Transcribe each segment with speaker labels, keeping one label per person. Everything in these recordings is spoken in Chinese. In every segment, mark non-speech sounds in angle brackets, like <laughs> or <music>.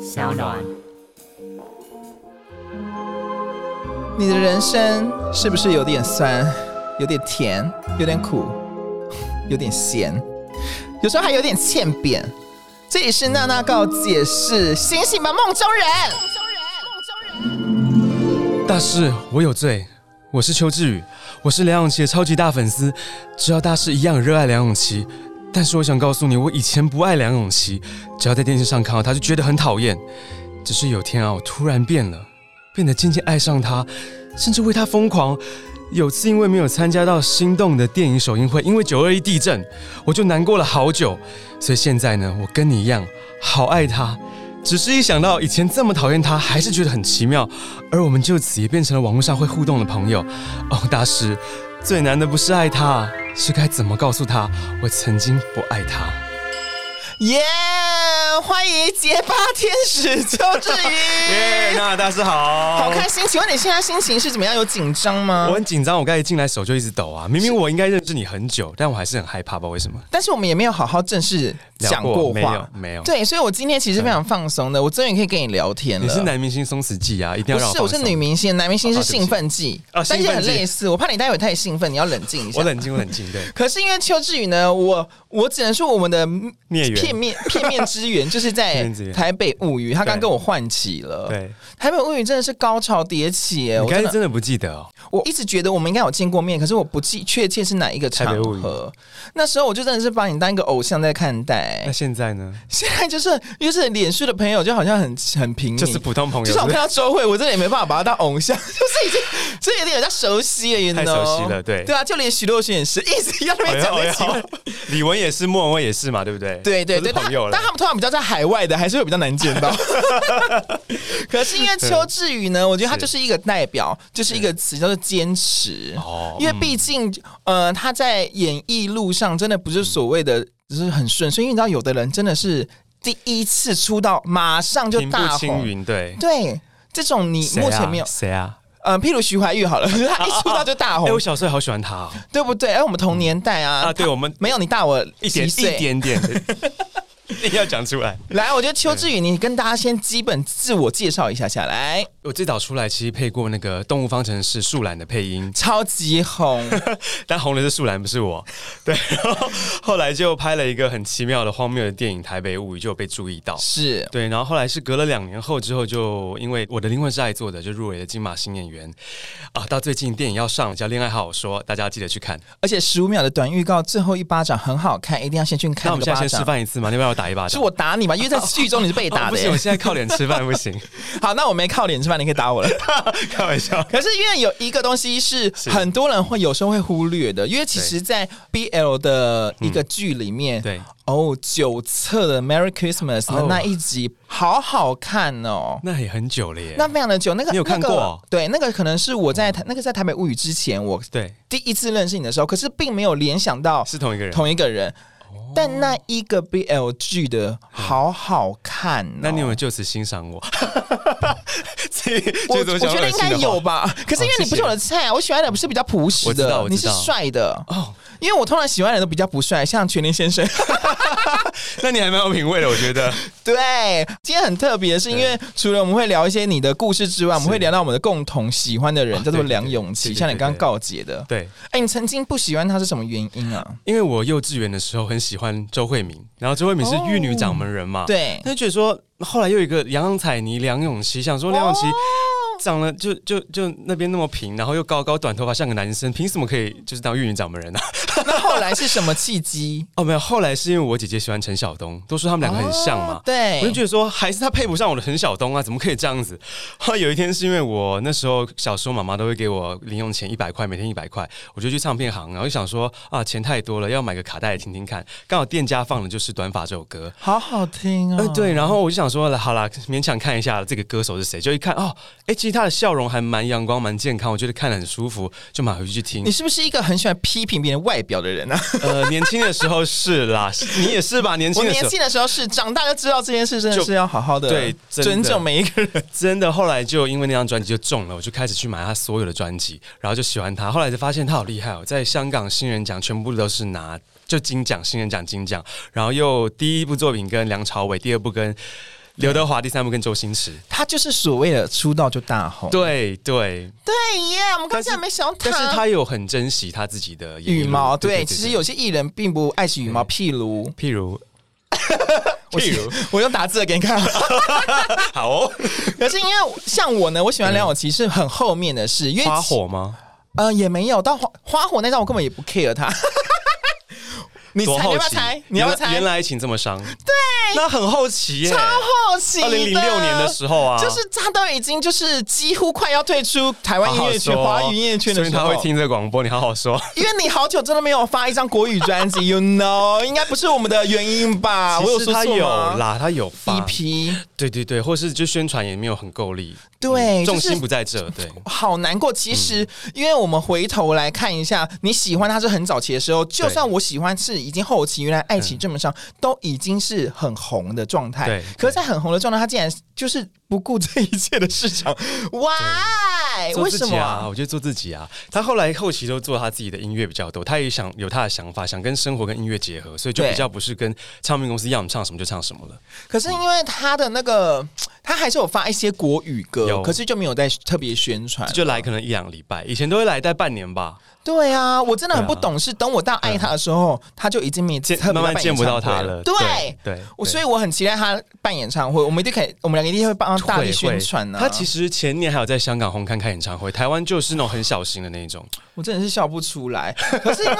Speaker 1: 小暖。
Speaker 2: 你的人生是不是有点酸，有点甜，有点苦，有点咸，有时候还有点欠扁？这也是娜娜告解释：醒醒吧，梦中人！
Speaker 3: 大师，我有罪。我是邱志宇，我是梁咏琪的超级大粉丝，知道大师一样热爱梁咏琪，但是我想告诉你，我以前不爱梁咏琪，只要在电视上看到她就觉得很讨厌。只是有天啊，我突然变了，变得渐渐爱上她，甚至为她疯狂。有次因为没有参加到《心动》的电影首映会，因为九二一地震，我就难过了好久。所以现在呢，我跟你一样，好爱她。只是一想到以前这么讨厌他，还是觉得很奇妙。而我们就此也变成了网络上会互动的朋友。哦，大师，最难的不是爱他，是该怎么告诉他我曾经不爱他。
Speaker 2: 耶、欢迎结巴天使邱志
Speaker 3: 耶
Speaker 2: 宇，
Speaker 3: 那大师 <laughs> 好，
Speaker 2: 好开心！请问你现在心情是怎么样？有紧张吗
Speaker 3: 我？很紧张，我刚才一进来手就一直抖啊。明明我应该认识你很久，但我还是很害怕，不知道为什么。
Speaker 2: 但是我们也没有好好正式讲
Speaker 3: 聊过
Speaker 2: 过
Speaker 3: 没
Speaker 2: 话
Speaker 3: 有，没有
Speaker 2: 对，所以我今天其实非常放松的，我终于可以跟你聊天了。
Speaker 3: 你是男明星松弛剂啊，一定
Speaker 2: 啊不
Speaker 3: 要让我
Speaker 2: 是，我是
Speaker 3: 放松
Speaker 2: 女，明星，男明星
Speaker 3: 哦
Speaker 2: 是
Speaker 3: 哦对不起
Speaker 2: 兴奋剂，
Speaker 3: 哦
Speaker 2: 但是
Speaker 3: 兴奋
Speaker 2: 很
Speaker 3: 剂
Speaker 2: 类似。我怕你待会太兴奋，你要冷静一下
Speaker 3: 我。冷静，我冷静，
Speaker 2: <laughs>
Speaker 3: 对。
Speaker 2: 可是因为邱志宇呢，我我只能说我们的
Speaker 3: 孽缘
Speaker 2: 片面片面之
Speaker 3: <laughs>
Speaker 2: 缘就是在
Speaker 3: 片面之缘
Speaker 2: 台北物语，他刚
Speaker 3: 对
Speaker 2: 跟我唤起了。
Speaker 3: 对，
Speaker 2: 台北物语真的是高潮迭起耶！
Speaker 3: 你
Speaker 2: 我真
Speaker 3: 刚才
Speaker 2: 的哎
Speaker 3: 真的不记得哦，
Speaker 2: 我一直觉得我们应该有见过面，可是我不记确切是哪一个
Speaker 3: 台
Speaker 2: 场
Speaker 3: 北物语
Speaker 2: 合。那时候我就真的是把你当一个偶像在看待
Speaker 3: 那。现在呢？
Speaker 2: 现在就是就是脸书的朋友就好像很很平民，
Speaker 3: 就是普通朋友，
Speaker 2: 就像我
Speaker 3: 是不
Speaker 2: 看
Speaker 3: 是
Speaker 2: 到周慧，我真的也没办法把她当偶像， <laughs> 就是已经这有点有点熟悉了，you know，
Speaker 3: 太熟悉了对
Speaker 2: 对啊，就连徐若瑄也是一直要那边讲那几
Speaker 3: 哎
Speaker 2: 位
Speaker 3: 呦，李玟也是，莫文蔚也是嘛，对不对？
Speaker 2: 对对
Speaker 3: 都
Speaker 2: 对，
Speaker 3: 是
Speaker 2: 但
Speaker 3: 朋友了
Speaker 2: 但。他们通常比较在海外的，还是会比较难见
Speaker 3: <laughs>
Speaker 2: 到。可是因为邱志宇
Speaker 3: 嗯
Speaker 2: 呢，我觉得他就是一个代表，就是一个词叫做坚持。
Speaker 3: 哦
Speaker 2: 因为毕竟，呃，他在演艺路上真的不是所谓的只是很顺遂，因为你知道，有的人真的是第一次出道马上就
Speaker 3: 平步
Speaker 2: 大
Speaker 3: 青
Speaker 2: 红，
Speaker 3: 云，对。
Speaker 2: 对这种你
Speaker 3: 谁啊
Speaker 2: 目前没有，
Speaker 3: 谁啊？
Speaker 2: 呃，譬如徐怀钰好了， <laughs> 他一出道就大
Speaker 3: <laughs> 哎、
Speaker 2: 红，
Speaker 3: 我小时候好喜欢他、哦、
Speaker 2: 对不对？哎，我们同年代啊，
Speaker 3: 啊！对，我们
Speaker 2: 没有你大我
Speaker 3: 一点
Speaker 2: 几岁
Speaker 3: 一点
Speaker 2: <laughs>
Speaker 3: 点，一定要讲出来。
Speaker 2: 来，我觉得邱志宇，你跟大家先基本自我介绍一下下来，
Speaker 3: 我最早出来其实配过那个《动物方程式》树懒的配音， <laughs>
Speaker 2: 超级红，
Speaker 3: 但红的是树懒，不是我。对， <laughs> 然后后来就拍了一个很奇妙的、荒谬的电影《台北物语》，就有被注意到。 <laughs>
Speaker 2: 是
Speaker 3: 对，然后后来是隔了两年后之后，就因为我的灵魂是爱做的，就入围了金马新演员啊。到最近电影要上了，叫《恋爱好好说》，大家记得去看。
Speaker 2: 而且十五秒的短预告，最后一巴掌很好看，一定要先去
Speaker 3: 那
Speaker 2: 看
Speaker 3: 我
Speaker 2: 那
Speaker 3: 们
Speaker 2: 个
Speaker 3: 现
Speaker 2: 巴掌。
Speaker 3: 在先示 <laughs> 范一次嘛？你要不要我打一巴
Speaker 2: 是
Speaker 3: 掌？
Speaker 2: 我打你吗？因为在剧中你是被
Speaker 3: 哦
Speaker 2: 打
Speaker 3: <laughs> 不
Speaker 2: 的、
Speaker 3: 行，我现在靠脸吃饭不行，
Speaker 2: <laughs> 好，那我没靠脸吃饭，你可以打
Speaker 3: <laughs>
Speaker 2: 我了。
Speaker 3: 开玩笑。
Speaker 2: 可是因为有一个东西是很多人会有时候会忽略的，因为其实，在 BL 的一个剧里面，
Speaker 3: 对，
Speaker 2: 哦，九册的《Merry Christmas》的
Speaker 3: 哦
Speaker 2: 那一集、好好看哦。
Speaker 3: 那也很久了耶。
Speaker 2: 那非常的久，那个
Speaker 3: 你有看
Speaker 2: 那个
Speaker 3: 过
Speaker 2: 对，那个可能是我在台，那个在台北物语之前，我
Speaker 3: 对，
Speaker 2: 第一次认识你的时候，可是并没有联想到
Speaker 3: 是哦同一个人。
Speaker 2: 同一个人。但那一个 BL 剧的好好看、哦，
Speaker 3: <laughs> 那你有没有就此欣赏我？ <laughs> 这
Speaker 2: 我
Speaker 3: 这
Speaker 2: 我觉
Speaker 3: 种想
Speaker 2: 得
Speaker 3: 恶
Speaker 2: 应
Speaker 3: 心
Speaker 2: 该
Speaker 3: 的话哦
Speaker 2: 有吧，可是因为你不是我的菜啊，我喜欢的不是比较朴实
Speaker 3: 我知道
Speaker 2: 的
Speaker 3: 我，知道
Speaker 2: 你是帅的，
Speaker 3: 哦。
Speaker 2: 因为我通常喜欢的都比较不帅，像全林先
Speaker 3: <laughs>
Speaker 2: 生。
Speaker 3: 那你还蛮有品味的，我觉得。 <laughs>
Speaker 2: 对，今天很特别，是因为除了我们会聊一些你的故事之外，我们会聊到我们的共同喜欢的人，叫
Speaker 3: 哦
Speaker 2: 做
Speaker 3: 对对
Speaker 2: 梁
Speaker 3: 对
Speaker 2: 咏琪，
Speaker 3: 对对
Speaker 2: 像你
Speaker 3: 对
Speaker 2: 刚刚
Speaker 3: 对
Speaker 2: 告解的。
Speaker 3: 对，
Speaker 2: 哎，你曾经不喜欢他是什么原因啊？
Speaker 3: 因为我幼稚园的时候很喜欢周慧敏，然后周慧敏是玉女掌门人嘛，，
Speaker 2: 哦
Speaker 3: <laughs>
Speaker 2: 对，
Speaker 3: 那就觉得说后来又有一个杨采妮、梁咏琪，想说
Speaker 2: 哦
Speaker 3: 梁咏琪长得就就就那边那么平，然后又高高短头发像个男生，凭什么可以就是当玉女掌门人啊？ <laughs>
Speaker 2: 那后来是什么契机？
Speaker 3: 哦，没有，后来是因为我姐姐喜欢陈晓东，都说他们两个很像嘛
Speaker 2: 哦，对，
Speaker 3: 我就觉得说，还是他配不上我的陈晓东啊，怎么可以这样子？ <laughs> 后来有一天是因为我那时候小时候，妈妈都会给我零用钱一百块，每天一百块，我就去唱片行，然后就想说啊，钱太多了，要买个卡带来听听看。刚好店家放的就是《短发》这首歌，
Speaker 2: 好好听
Speaker 3: 呃
Speaker 2: 哦。，
Speaker 3: 对，然后我就想说，好啦，勉强看一下这个歌手是谁，就一看哦，哎，其实他的笑容还蛮阳光、蛮健康，我觉得看得很舒服，就买回去听
Speaker 2: 你。是不是一个很喜欢批评别人外表的人
Speaker 3: <laughs>
Speaker 2: 啊？
Speaker 3: 呃，年轻的时候是啦，你也是吧？年
Speaker 2: 我
Speaker 3: 轻的时
Speaker 2: 年
Speaker 3: 候。
Speaker 2: 轻的时候是，长大就知道这件事真的
Speaker 3: 就是
Speaker 2: 要好好的
Speaker 3: 对真的
Speaker 2: 尊重每一个
Speaker 3: <laughs>
Speaker 2: 人。
Speaker 3: 真的，后来就因为那张专辑就中了，我就开始去买他所有的专辑，然后就喜欢他。后来就发现他好厉害哦，在香港新人奖全部都是拿就金奖、新人奖、金奖，然后又第一部作品跟梁朝伟，第二部跟刘德华第三部跟周星驰。
Speaker 2: 他就是所谓的出道就大红。
Speaker 3: 对对，
Speaker 2: 对耶，我们刚
Speaker 3: 但是
Speaker 2: 才没想到。
Speaker 3: 但是他有很珍惜他自己的演艺
Speaker 2: 羽
Speaker 3: 路
Speaker 2: 毛，对，其实有些艺人并不爱惜羽毛，譬如，
Speaker 3: 譬如
Speaker 2: 我
Speaker 3: 譬如
Speaker 2: 我用打字的给你看。啊
Speaker 3: <laughs> 好哦，
Speaker 2: 可是因为像我呢，我喜欢梁咏琪是很后面的事，因为
Speaker 3: 花火吗？
Speaker 2: 呃也没有到花花火那张，我根本也不 care 他。 <laughs> 你
Speaker 3: 多
Speaker 2: 猜，你
Speaker 3: 好
Speaker 2: 要不要
Speaker 3: 奇
Speaker 2: 猜？你要不要
Speaker 3: 原来
Speaker 2: 猜
Speaker 3: 原？来爱情这么伤，对，那很好奇耶。
Speaker 2: 超好奇的。
Speaker 3: 二零零六年的时候啊，
Speaker 2: 就是他都已经就是几乎快要退出台湾音乐圈、
Speaker 3: 好好
Speaker 2: 华
Speaker 3: 说
Speaker 2: 语音乐圈的
Speaker 3: 所以
Speaker 2: 时
Speaker 3: 他
Speaker 2: 候，
Speaker 3: 会听这个广播，你好好说。
Speaker 2: 因为你好久真的没有发一张国语专辑，you know，应该不是我们的原因吧？啊我有
Speaker 3: 其
Speaker 2: 说
Speaker 3: 实他
Speaker 2: 错
Speaker 3: 有
Speaker 2: 吗 E
Speaker 3: 啦，他有发
Speaker 2: ？EP
Speaker 3: 对对对，或是就宣传也没有很够力，
Speaker 2: 对
Speaker 3: 嗯
Speaker 2: 就
Speaker 3: 重
Speaker 2: 是
Speaker 3: 心不在这，对，
Speaker 2: 好难过。其实，
Speaker 3: 嗯
Speaker 2: 因为我们回头来看一下，你喜欢他是很早期的时候，就算我喜欢是已经后期，原来爱情这么上、都已经是很红的状态。
Speaker 3: 对
Speaker 2: 可是，在很红的状态，他竟然就是不顾这一切的市
Speaker 3: <laughs>
Speaker 2: 场，why？
Speaker 3: 做
Speaker 2: 为
Speaker 3: 自
Speaker 2: 什
Speaker 3: 己
Speaker 2: 么
Speaker 3: 啊，
Speaker 2: 啊？
Speaker 3: 我觉得做自己啊。他后来后期都做他自己的音乐比较多，他也想有他的想法，想跟生活跟音乐结合，所以就
Speaker 2: 对
Speaker 3: 比较不是跟唱片公司要你唱什么就唱什么了。
Speaker 2: 可是因为他的那个，他还是有发一些国语歌，
Speaker 3: 有
Speaker 2: 可是就没有在特别宣传。
Speaker 3: 就来可能一两礼拜，以前都会来待半年吧，
Speaker 2: 对啊，我真的很不
Speaker 3: 对啊啊
Speaker 2: 懂，是等我到爱他的时候，他就已经没
Speaker 3: 见
Speaker 2: 特别
Speaker 3: 慢慢
Speaker 2: 办
Speaker 3: 见不到
Speaker 2: 演唱会
Speaker 3: 他了。
Speaker 2: 对。
Speaker 3: 对，
Speaker 2: 我所
Speaker 3: 以
Speaker 2: 以我很期待他办演唱会，我们一定可以，我们两个一定会帮他大力宣传啊呢、
Speaker 3: 他其实前年还有在香港红磡开演唱会，台湾就是那种很小型的那一种。
Speaker 2: 我真的是笑不出
Speaker 3: <laughs>
Speaker 2: 来。可是因为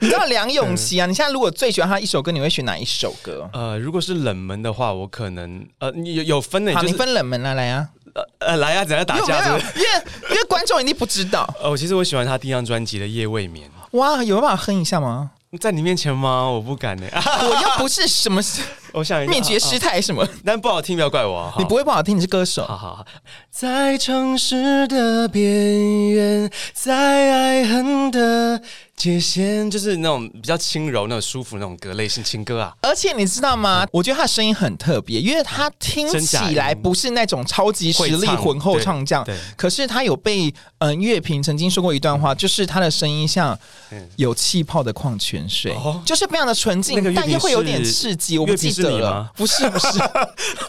Speaker 2: 你知道梁咏琪啊，
Speaker 3: 嗯
Speaker 2: 你现在如果最喜欢她一首歌，你会选哪一首歌？
Speaker 3: 呃，如果是冷门的话，我可能呃，你有有分的，
Speaker 2: 好，
Speaker 3: 就
Speaker 2: 你
Speaker 3: 是
Speaker 2: 分冷门啊，来啊！
Speaker 3: 呃呃，来呀、啊，怎样
Speaker 2: 因
Speaker 3: 打
Speaker 2: 为我没
Speaker 3: 架？
Speaker 2: 有，
Speaker 3: 是不是
Speaker 2: 因为因为观众一定不知道。
Speaker 3: 哦，其实我喜欢他第一张专辑的《夜未眠
Speaker 2: 哇，有办法哼一下
Speaker 3: <laughs>
Speaker 2: 吗？》，
Speaker 3: 在你面前吗？我不敢呢、 <laughs> 啊
Speaker 2: 我又不是什么 <laughs>
Speaker 3: 我想一下
Speaker 2: 灭绝
Speaker 3: 啊
Speaker 2: 师太什么，
Speaker 3: 啊但不好听，不要怪我啊。
Speaker 2: 你不
Speaker 3: 会。
Speaker 2: 会不好听，你是歌手。
Speaker 3: 好好好，在城市的边缘，在爱恨的界限，就是那种比较轻柔、那种舒服、那种歌类型情歌啊。
Speaker 2: 而且你知道吗？
Speaker 3: 嗯
Speaker 2: 我觉得他的声音很特别，因为他听起来不是那种超级实力
Speaker 3: 会唱
Speaker 2: 浑厚唱将
Speaker 3: 对对，
Speaker 2: 可是他有被嗯乐评曾经说过一段话，就是他的声音像
Speaker 3: 嗯
Speaker 2: 有气泡的矿泉水
Speaker 3: 哦，
Speaker 2: 就是非常的纯
Speaker 3: 那
Speaker 2: 净
Speaker 3: 个乐，评
Speaker 2: 但又会有
Speaker 3: 是
Speaker 2: 点刺激。我不
Speaker 3: 乐评
Speaker 2: 记
Speaker 3: 是
Speaker 2: 得
Speaker 3: 你
Speaker 2: 了
Speaker 3: 吗，哦
Speaker 2: 不是不是，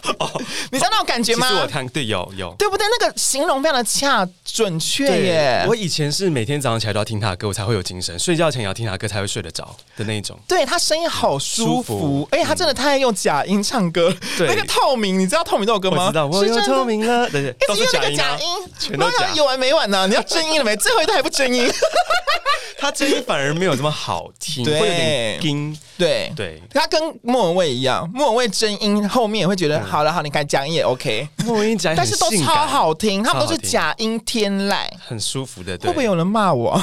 Speaker 3: <laughs>
Speaker 2: 你知道那种感觉
Speaker 3: 其
Speaker 2: 吗
Speaker 3: 实？我看对有有。
Speaker 2: 对不对？那个形容非常的恰准确耶
Speaker 3: 我。以前是每天早上起来都要听他的歌，我才会有精神；睡觉前也要听他的歌，才会睡得着的那一种。
Speaker 2: 对他声音好舒
Speaker 3: 舒
Speaker 2: 服
Speaker 3: 服，嗯
Speaker 2: 而且他真的太爱用假音唱歌。
Speaker 3: 对
Speaker 2: 那个透明，你知道透明这首歌吗？
Speaker 3: 我知道，我
Speaker 2: 是
Speaker 3: 有
Speaker 2: 真的
Speaker 3: 透明了，对对，
Speaker 2: 一
Speaker 3: 都
Speaker 2: 直用
Speaker 3: 是
Speaker 2: 那
Speaker 3: 假
Speaker 2: 个
Speaker 3: 音啊
Speaker 2: 假音，，
Speaker 3: 全都假
Speaker 2: 妈呀。有完没完呢、你要
Speaker 3: <laughs>
Speaker 2: 真音了没？最后一段还不真音？
Speaker 3: 他真音反而没有这么好听，会
Speaker 2: 对
Speaker 3: 有点硬。
Speaker 2: 对，
Speaker 3: 对，
Speaker 2: 他跟莫文蔚一样，莫文蔚真音后面也会觉得、好了好，你敢讲也 OK，
Speaker 3: 莫音讲，
Speaker 2: 但是都超，好听，他们都是
Speaker 3: 超好听
Speaker 2: 假音天籁。
Speaker 3: 很舒服的。对
Speaker 2: 会不会有人骂我？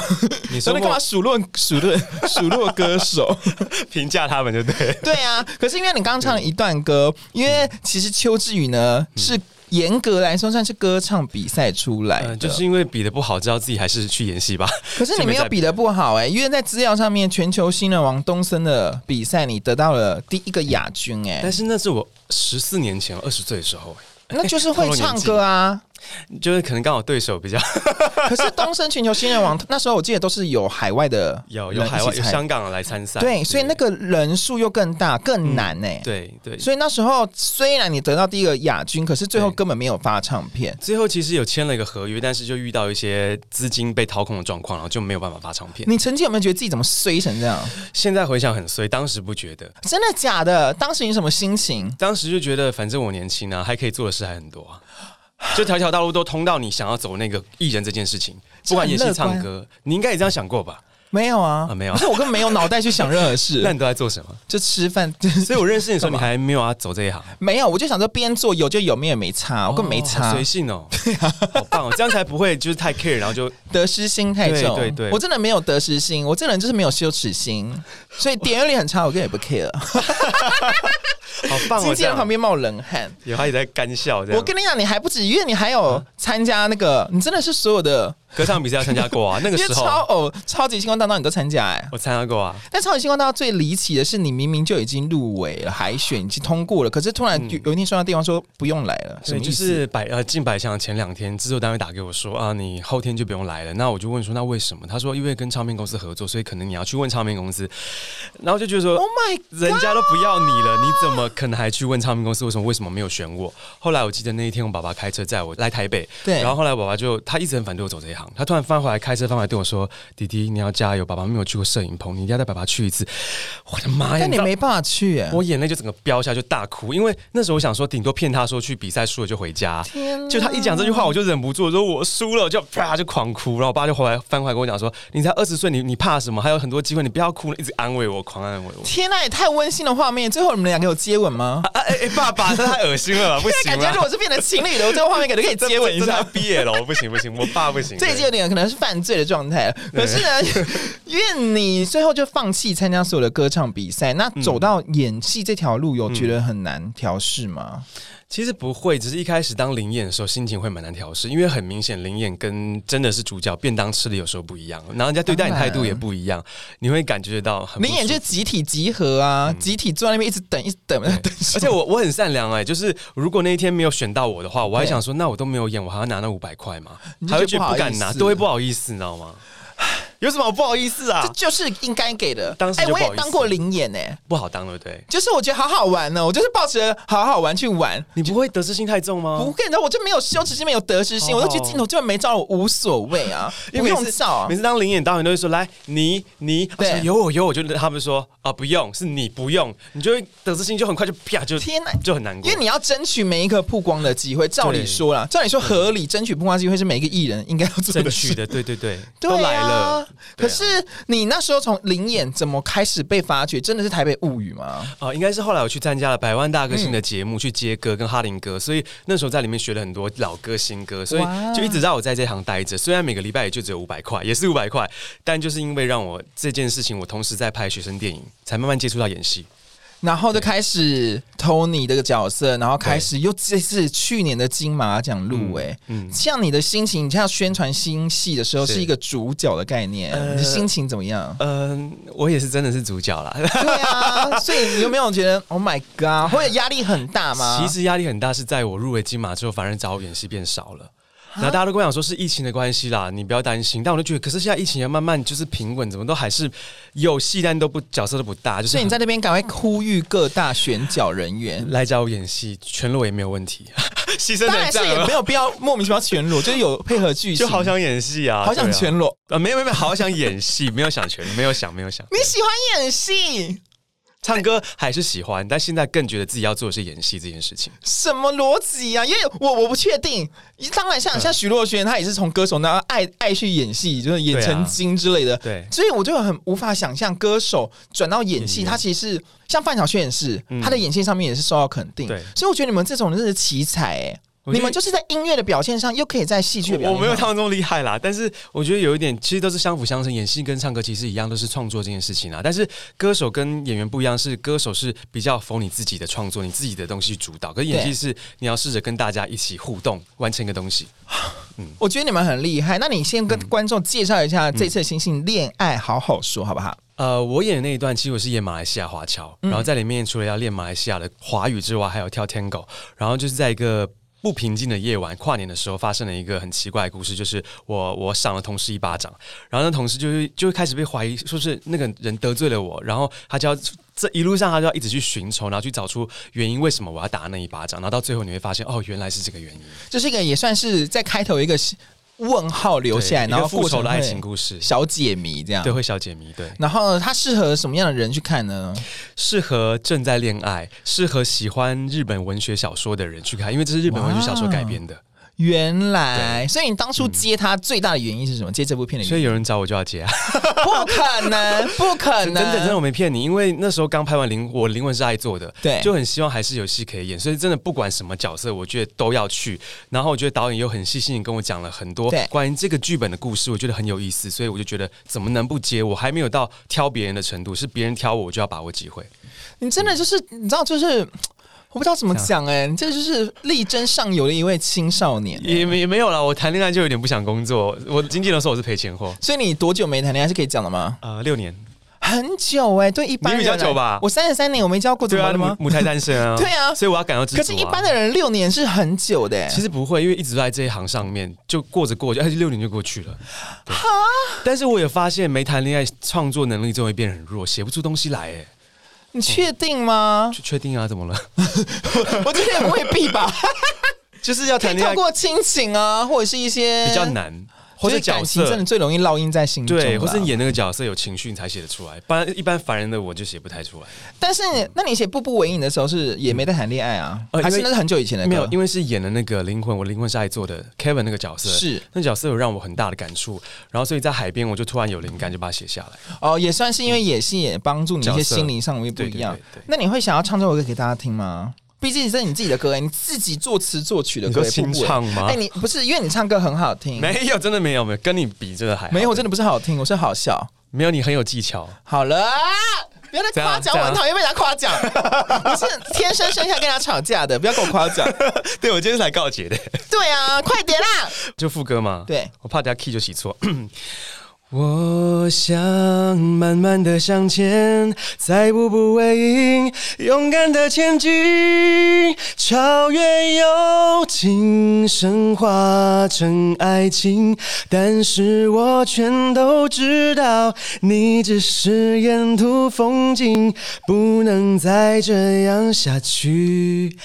Speaker 3: 你
Speaker 2: <laughs> 真
Speaker 3: 说
Speaker 2: 的干嘛
Speaker 3: 莫
Speaker 2: 数落数落 <laughs> 数落歌手？
Speaker 3: 评价他们就对。
Speaker 2: <laughs> 对啊，可是因为你刚刚唱了一段歌，因为其实邱志宇呢是严格来说算是歌唱比赛出来的，
Speaker 3: 嗯，就是因为比的不好，知道自己还是去演戏吧。
Speaker 2: 可是你没有比的不好哎、因为在资料上面，全球新人王东森的比赛，你得到了第一个亚军哎、
Speaker 3: 但是那是我十四年前二十岁的时候，哎
Speaker 2: 那就是会唱歌
Speaker 3: <laughs>
Speaker 2: 啊。
Speaker 3: 就是可能刚好对手比较
Speaker 2: 可是东森全球新人王那时候我记得都是有海外的
Speaker 3: 有
Speaker 2: 人
Speaker 3: 有海外
Speaker 2: 一起
Speaker 3: 有
Speaker 2: 参
Speaker 3: 香港的来参赛，
Speaker 2: 对，所以那个人数又更大更难哎、
Speaker 3: 嗯对对，
Speaker 2: 所以那时候虽然你得到第一个亚军，可是最后
Speaker 3: 对
Speaker 2: 根本没有发唱片。
Speaker 3: 最后其实有签了一个合约，但是就遇到一些资金被掏空的状况，然后就没有办法发唱片。
Speaker 2: 你曾经有没有觉得自己怎么衰成这样？
Speaker 3: 现在回想很衰，当时不觉得，
Speaker 2: 真的假的？当时你什么心情？
Speaker 3: 当时就觉得反正我年轻啊，还可以做的事还很多 <gasps> 啊。就条条大路都通到你想要走那个艺人这件事情，不管演戏、唱歌，你应该也这样想过吧？
Speaker 2: 没有啊，
Speaker 3: 啊没有
Speaker 2: 可是我根本没有脑袋去想任何
Speaker 3: <laughs> 那
Speaker 2: 事，
Speaker 3: 你都在做什么？
Speaker 2: 就吃饭。 <laughs>
Speaker 3: 所以我认识你的时
Speaker 2: 干
Speaker 3: 候，
Speaker 2: 嘛
Speaker 3: 你还没有啊走这一行，
Speaker 2: 没有，我就想说边做有就有，没有也没差，我根本没
Speaker 3: 哦好
Speaker 2: 差
Speaker 3: 随、，性哦，好棒哦，这样才不会就是太 care，然后就
Speaker 2: 得失心太重。
Speaker 3: 对对对
Speaker 2: 我真的没有得失心，我这人就是没有羞耻心，所以点阅率很差，我根本也不 care。
Speaker 3: 好棒
Speaker 2: 经
Speaker 3: 哦，
Speaker 2: 纪人
Speaker 3: 这样啊
Speaker 2: 旁边冒冷汗。
Speaker 3: 有他也在干笑这样。嗯
Speaker 2: 我跟你讲，你还不止，因为你还有参加那个，你真的是所有的
Speaker 3: 歌唱比赛要参加过啊，那个
Speaker 2: 因为
Speaker 3: 时候
Speaker 2: 超偶、超级星光大道你都参加哎、
Speaker 3: 我参加过啊，
Speaker 2: 但超级星光大道最离奇的是，你明明就已经入围了海选，已经通过了，可是突然有有一天收到电话说不用来了，什
Speaker 3: 所
Speaker 2: 么
Speaker 3: 以
Speaker 2: 意思？
Speaker 3: 嗯就是百呃进百强前两天，制作单位打给我说啊，你后天就不用来了。那我就问说，那为什么？他说因为跟唱片公司合作，所以可能你要去问唱片公司。然后就觉得说
Speaker 2: Oh my，
Speaker 3: 人家都不要你了，你怎么可能还去问唱片公司为什么为什么没有选我？后来我记得那一天，我爸爸开车载我来台北，
Speaker 2: 对
Speaker 3: 然后后来我爸爸就他一直很反对我走这一行，他突然翻回来开车翻回来对我说：“弟弟，你要加油，爸爸没有去过摄影棚，你一定要带爸爸去一次。”我的妈哎呀！
Speaker 2: 但你
Speaker 3: 知道
Speaker 2: 没办法去、哎
Speaker 3: 我眼泪就整个飙下，就大哭，因为那时候我想说，顶多骗他说去比赛输了就回家。
Speaker 2: 天哪
Speaker 3: 就他一讲这句话，我就忍不住我说我输了，我就啪就狂哭。然后我爸就回来翻回来跟我讲说：“你才二十岁，你你怕什么？还有很多机会，你不要哭了。”一直安慰我，狂安慰我。
Speaker 2: 天呐，也太温馨的画面！最后你们俩给我接吻吗？
Speaker 3: <laughs> 啊哎、哎，爸爸，这太恶心
Speaker 2: <laughs>
Speaker 3: 了吧，不
Speaker 2: 现在感
Speaker 3: 行
Speaker 2: 觉如
Speaker 3: <laughs> 了。
Speaker 2: 果是变成情侣的，我这个画面感觉可以接吻
Speaker 3: <laughs>
Speaker 2: 一下。
Speaker 3: 毕业了，我不行不行，我爸不行。
Speaker 2: 这已经有点可能是犯罪的状态了。可是
Speaker 3: <laughs>
Speaker 2: 呢，因为你最后就放弃参加所有的歌唱比赛，那
Speaker 3: 嗯
Speaker 2: 走到演戏这条路，有觉得很难调试吗？
Speaker 3: 其实不会，只是一开始当灵演的时候，心情会蛮难调试，因为很明显灵演跟真的是主角便当吃的有时候不一样，然后人家对待你
Speaker 2: 当然
Speaker 3: 态度也不一样，你会感觉到很不
Speaker 2: 你演
Speaker 3: 舒服
Speaker 2: 就集体集合啊，
Speaker 3: 嗯
Speaker 2: 集体坐在那边一直等，一直等，等什
Speaker 3: <laughs>
Speaker 2: 么。
Speaker 3: 而且我我很善良哎、就是如果那一天没有选到我的话，我还想说，那我都没有演，我还要拿那五百块吗
Speaker 2: 你？就
Speaker 3: 还会
Speaker 2: 觉得
Speaker 3: 觉
Speaker 2: 不
Speaker 3: 得
Speaker 2: 好
Speaker 3: 不
Speaker 2: 意
Speaker 3: 敢拿，
Speaker 2: 思
Speaker 3: 都会不好意思，你知道吗？ <sighs> 有什么好不好意思啊
Speaker 2: 这？就是应该给的。
Speaker 3: 当时
Speaker 2: 哎、
Speaker 3: 就不
Speaker 2: 我
Speaker 3: 好意思
Speaker 2: 也当过灵演哎、
Speaker 3: 不好当，对不对？
Speaker 2: 就是我觉得好好玩哦，我就是抱着好好玩去玩，
Speaker 3: 你不会得失心太重吗？
Speaker 2: 不跟你知道，我就没有羞耻心，没有得失心，
Speaker 3: 嗯哦
Speaker 2: 我都觉得镜头就算没照我无所谓啊，
Speaker 3: <laughs> 因
Speaker 2: 不
Speaker 3: 为每
Speaker 2: 用
Speaker 3: 次
Speaker 2: 照啊
Speaker 3: 每。次当领演导演都会说来你你，
Speaker 2: 对
Speaker 3: 对，有我有我，就他们说啊不用，是你不用，你就会得失心就很快就啪就
Speaker 2: 天哪
Speaker 3: 就很难过
Speaker 2: 因为。你要争取每一个曝光的机会，照理说啦，照理说合理争取曝光机会是每一个艺人应该要做
Speaker 3: 争
Speaker 2: 的
Speaker 3: 取
Speaker 2: 事。
Speaker 3: 的，对对 <laughs> 对，
Speaker 2: 对
Speaker 3: 都
Speaker 2: 啊
Speaker 3: 来了。对
Speaker 2: 可
Speaker 3: 啊
Speaker 2: 是你那时候从零演怎么开始被发掘？真的是台北物语吗？
Speaker 3: 啊，应该是后来我去参加了百万大歌
Speaker 2: 嗯
Speaker 3: 星的节目，去接歌跟哈林哥，所以那时候在里面学了很多老歌新歌，所
Speaker 2: 哇
Speaker 3: 以就一直让我在这行待着。虽然每个礼拜也就只有五百块，也是五百块，但就是因为让我这件事情，我同时在拍学生电影，才慢慢接触到演戏。
Speaker 2: 然后就开始 Tony 这个角色，然后开始又这次去年的金马奖入围。
Speaker 3: 嗯，
Speaker 2: 像你的心情，你像宣传新戏的时候
Speaker 3: 是
Speaker 2: 是一个主角的概念，
Speaker 3: 呃？
Speaker 2: 你的心情怎么样
Speaker 3: 嗯、我也是真的是主角
Speaker 2: <laughs>
Speaker 3: 啦。
Speaker 2: 对啊，所以你有没有觉得 <laughs> Oh my God，会有压力很大吗？
Speaker 3: <laughs> 其实压力很大，是在我入围金马之后，反而找我演戏变少了。然后大家都跟我讲说是疫情的关系啦，你不要担心。但我就觉得，可是现在疫情也慢慢就是平稳，怎么都还是有戏，但都不角色都不大，就是
Speaker 2: 所以你
Speaker 3: 很
Speaker 2: 在那边赶快呼吁各大选角人员，
Speaker 3: 来找我演戏，全裸也没有问题， <laughs> 牺牲
Speaker 2: <laughs> 当然
Speaker 3: 成
Speaker 2: 是
Speaker 3: 这
Speaker 2: 也
Speaker 3: 样
Speaker 2: 没
Speaker 3: 了，
Speaker 2: 有必要莫名其妙全裸，就是有配合剧情，
Speaker 3: 就好想演戏啊，
Speaker 2: 好想
Speaker 3: 对啊
Speaker 2: 全裸。
Speaker 3: 啊，没有没有，没有好想演戏，没有想全裸，没有想没
Speaker 2: <laughs>
Speaker 3: 有想，
Speaker 2: 你喜欢演戏？
Speaker 3: 唱歌还是喜欢，但现在更觉得自己要做的是演戏这件事
Speaker 2: <laughs>
Speaker 3: 情。
Speaker 2: 什么逻辑啊？因为我我不确定。当然
Speaker 3: 嗯
Speaker 2: 像，像徐若瑄，她也是从歌手然后爱爱去演戏，就是演成精之类的。
Speaker 3: 对
Speaker 2: 所以我就很无法想象歌手转到演戏，
Speaker 3: 演员嗯
Speaker 2: 她其实是像范晓萱也是，她的演戏上面也是受到肯定。
Speaker 3: 对
Speaker 2: 所以我觉得你们这种人真的是奇才哎、
Speaker 3: 我觉得
Speaker 2: 你们就是在音乐的表现上，又可以在戏剧的表现
Speaker 3: 我我没有
Speaker 2: 上
Speaker 3: 他们这么厉害啦，但是我觉得有一点，其实都是相辅相成。演戏跟唱歌其实一样，都是创作这件事情啊。但是歌手跟演员不一样，是歌手是比较否你自己的创作，你自己的东西主导，可是演戏是你要试着跟大家一起互动，完成一个东西。
Speaker 2: 我觉得你们很厉害。那你先
Speaker 3: 嗯
Speaker 2: 跟观众介绍一下这次的新戏《恋爱好好说》，好不好？
Speaker 3: 呃，我演的那一段，其实我是演马来西亚华侨，
Speaker 2: 嗯
Speaker 3: 然后在里面除了要练马来西亚的华语之外，还有跳 Tango，然后就是在一个。不平静的夜晚，跨年的时候发生了一个很奇怪的故事，就是我我赏了同事一巴掌，然后那同事就是就会开始被怀疑，说是那个人得罪了我，然后他就要这一路上他就要一直去寻仇，然后去找出原因，为什么我要打那一巴掌，然后到最后你会发现，哦，原来是这个原因，
Speaker 2: 就是一个也算是在开头一个问号留下来，
Speaker 3: 对
Speaker 2: 然后
Speaker 3: 一个复仇
Speaker 2: 过程
Speaker 3: 的
Speaker 2: 会
Speaker 3: 爱情故事，
Speaker 2: 小解谜这样
Speaker 3: 对，。会小解谜，对。
Speaker 2: 然后它适合什么样的人去看呢？
Speaker 3: 适合正在恋爱、适合喜欢日本文学小说的人去看，因为这是日本文学小说改编的，
Speaker 2: 原来，所以你当初接它最大的原因是什么？接这部片的
Speaker 3: 所
Speaker 2: 原
Speaker 3: 以
Speaker 2: 因？
Speaker 3: 有人找我就要接、啊。
Speaker 2: 不可
Speaker 3: <laughs>
Speaker 2: 能，不可
Speaker 3: 真的
Speaker 2: 能，
Speaker 3: 真的，我没骗你，因为那时候刚拍完灵，我灵魂是爱做的，
Speaker 2: 对
Speaker 3: 就很希望还是有戏可以演，所以真的不管什么角色，我觉得都要去。然后我觉得导演又很细心地跟我讲了很多
Speaker 2: 对
Speaker 3: 关于这个剧本的故事，我觉得很有意思，所以我就觉得怎么能不接？我还没有到挑别人的程度，是别人挑我，我就要把握机会。
Speaker 2: 你真的就是你知道，就是我不知道怎么讲哎、你这就是力争上游的一位青少年、哎
Speaker 3: 也没也没有啦，我谈恋爱就有点不想工作。我经纪人说我是赔钱货，
Speaker 2: 所以你多久没谈恋爱是可以讲的吗？
Speaker 3: 呃，六年。
Speaker 2: 很久哎、对一般人
Speaker 3: 你比
Speaker 2: 来
Speaker 3: 较久吧
Speaker 2: 我三十三年我没交过，怎
Speaker 3: 对
Speaker 2: 么
Speaker 3: 啊，
Speaker 2: 了
Speaker 3: 母
Speaker 2: 吗？
Speaker 3: 母胎单身
Speaker 2: <laughs>
Speaker 3: 啊。
Speaker 2: 对啊
Speaker 3: 所以我要感到知足、啊。
Speaker 2: 可是，一般的人六年是很久的、欸。
Speaker 3: 其实不会，因为一直都在这一行上面，就过着过着，哎，六年就过去了。对但是我也发现，没谈恋爱，创作能力就会变得很弱，写不出东西来。哎，
Speaker 2: 你确定吗？
Speaker 3: 确确定啊？怎么了？ <laughs>
Speaker 2: 我觉得也未必吧，
Speaker 3: 就是要
Speaker 2: 可
Speaker 3: 谈
Speaker 2: 以
Speaker 3: 恋
Speaker 2: 透
Speaker 3: 爱
Speaker 2: 过亲情啊，或者是一些
Speaker 3: 比较，难，或
Speaker 2: 或
Speaker 3: 者
Speaker 2: 者
Speaker 3: 角
Speaker 2: 感情真
Speaker 3: 色
Speaker 2: 的最容易烙印在心中啦。
Speaker 3: 对，或者你演那个角色有情绪，你才写得出来。不然一般凡人的我就写不太出来。
Speaker 2: 但是你那你写《步步为营》的时候是也没在谈恋爱啊，
Speaker 3: 呃
Speaker 2: 还是
Speaker 3: 因为
Speaker 2: 那是很久以前的歌？
Speaker 3: 没有，因为是演了那个灵魂，我灵魂是爱做的 Kevin 那个角色，
Speaker 2: 是
Speaker 3: 那角色有让我很大的感触，然后所以在海边我就突然有灵感，就把它写下来。
Speaker 2: 哦，也算是因为演戏也帮助你一
Speaker 3: 角
Speaker 2: 些
Speaker 3: 色
Speaker 2: 心灵上面不一样
Speaker 3: 对对对对。
Speaker 2: 那你会想要唱这首歌给大家听吗？毕竟这是你自己的歌、欸，你自己作词作曲的歌、
Speaker 3: 你
Speaker 2: 欸，
Speaker 3: 说清唱吗
Speaker 2: 哎、你不是因为你唱歌很好听，
Speaker 3: <laughs> 没有，真的没有，没有，跟你比真的还好
Speaker 2: 没有，我真的不是好听，我是好笑。
Speaker 3: 没有，你很有技 <laughs> 巧。
Speaker 2: 好了，不要再夸奖
Speaker 3: 怎样怎
Speaker 2: 我，
Speaker 3: 样
Speaker 2: 很讨厌被人家夸
Speaker 3: <laughs>
Speaker 2: 奖。我是天生生下跟人家吵架的，不要跟我夸奖。
Speaker 3: 对，我今天是来告解的，
Speaker 2: 对啊，快点啦！
Speaker 3: 就副歌嘛。
Speaker 2: 对，
Speaker 3: 我怕等下 key 就洗错。我想慢慢的向前，再步步为营，勇敢的前进，超越友情，升华成爱情。但是我全都知道，你只是沿途风景，不能再这样下去，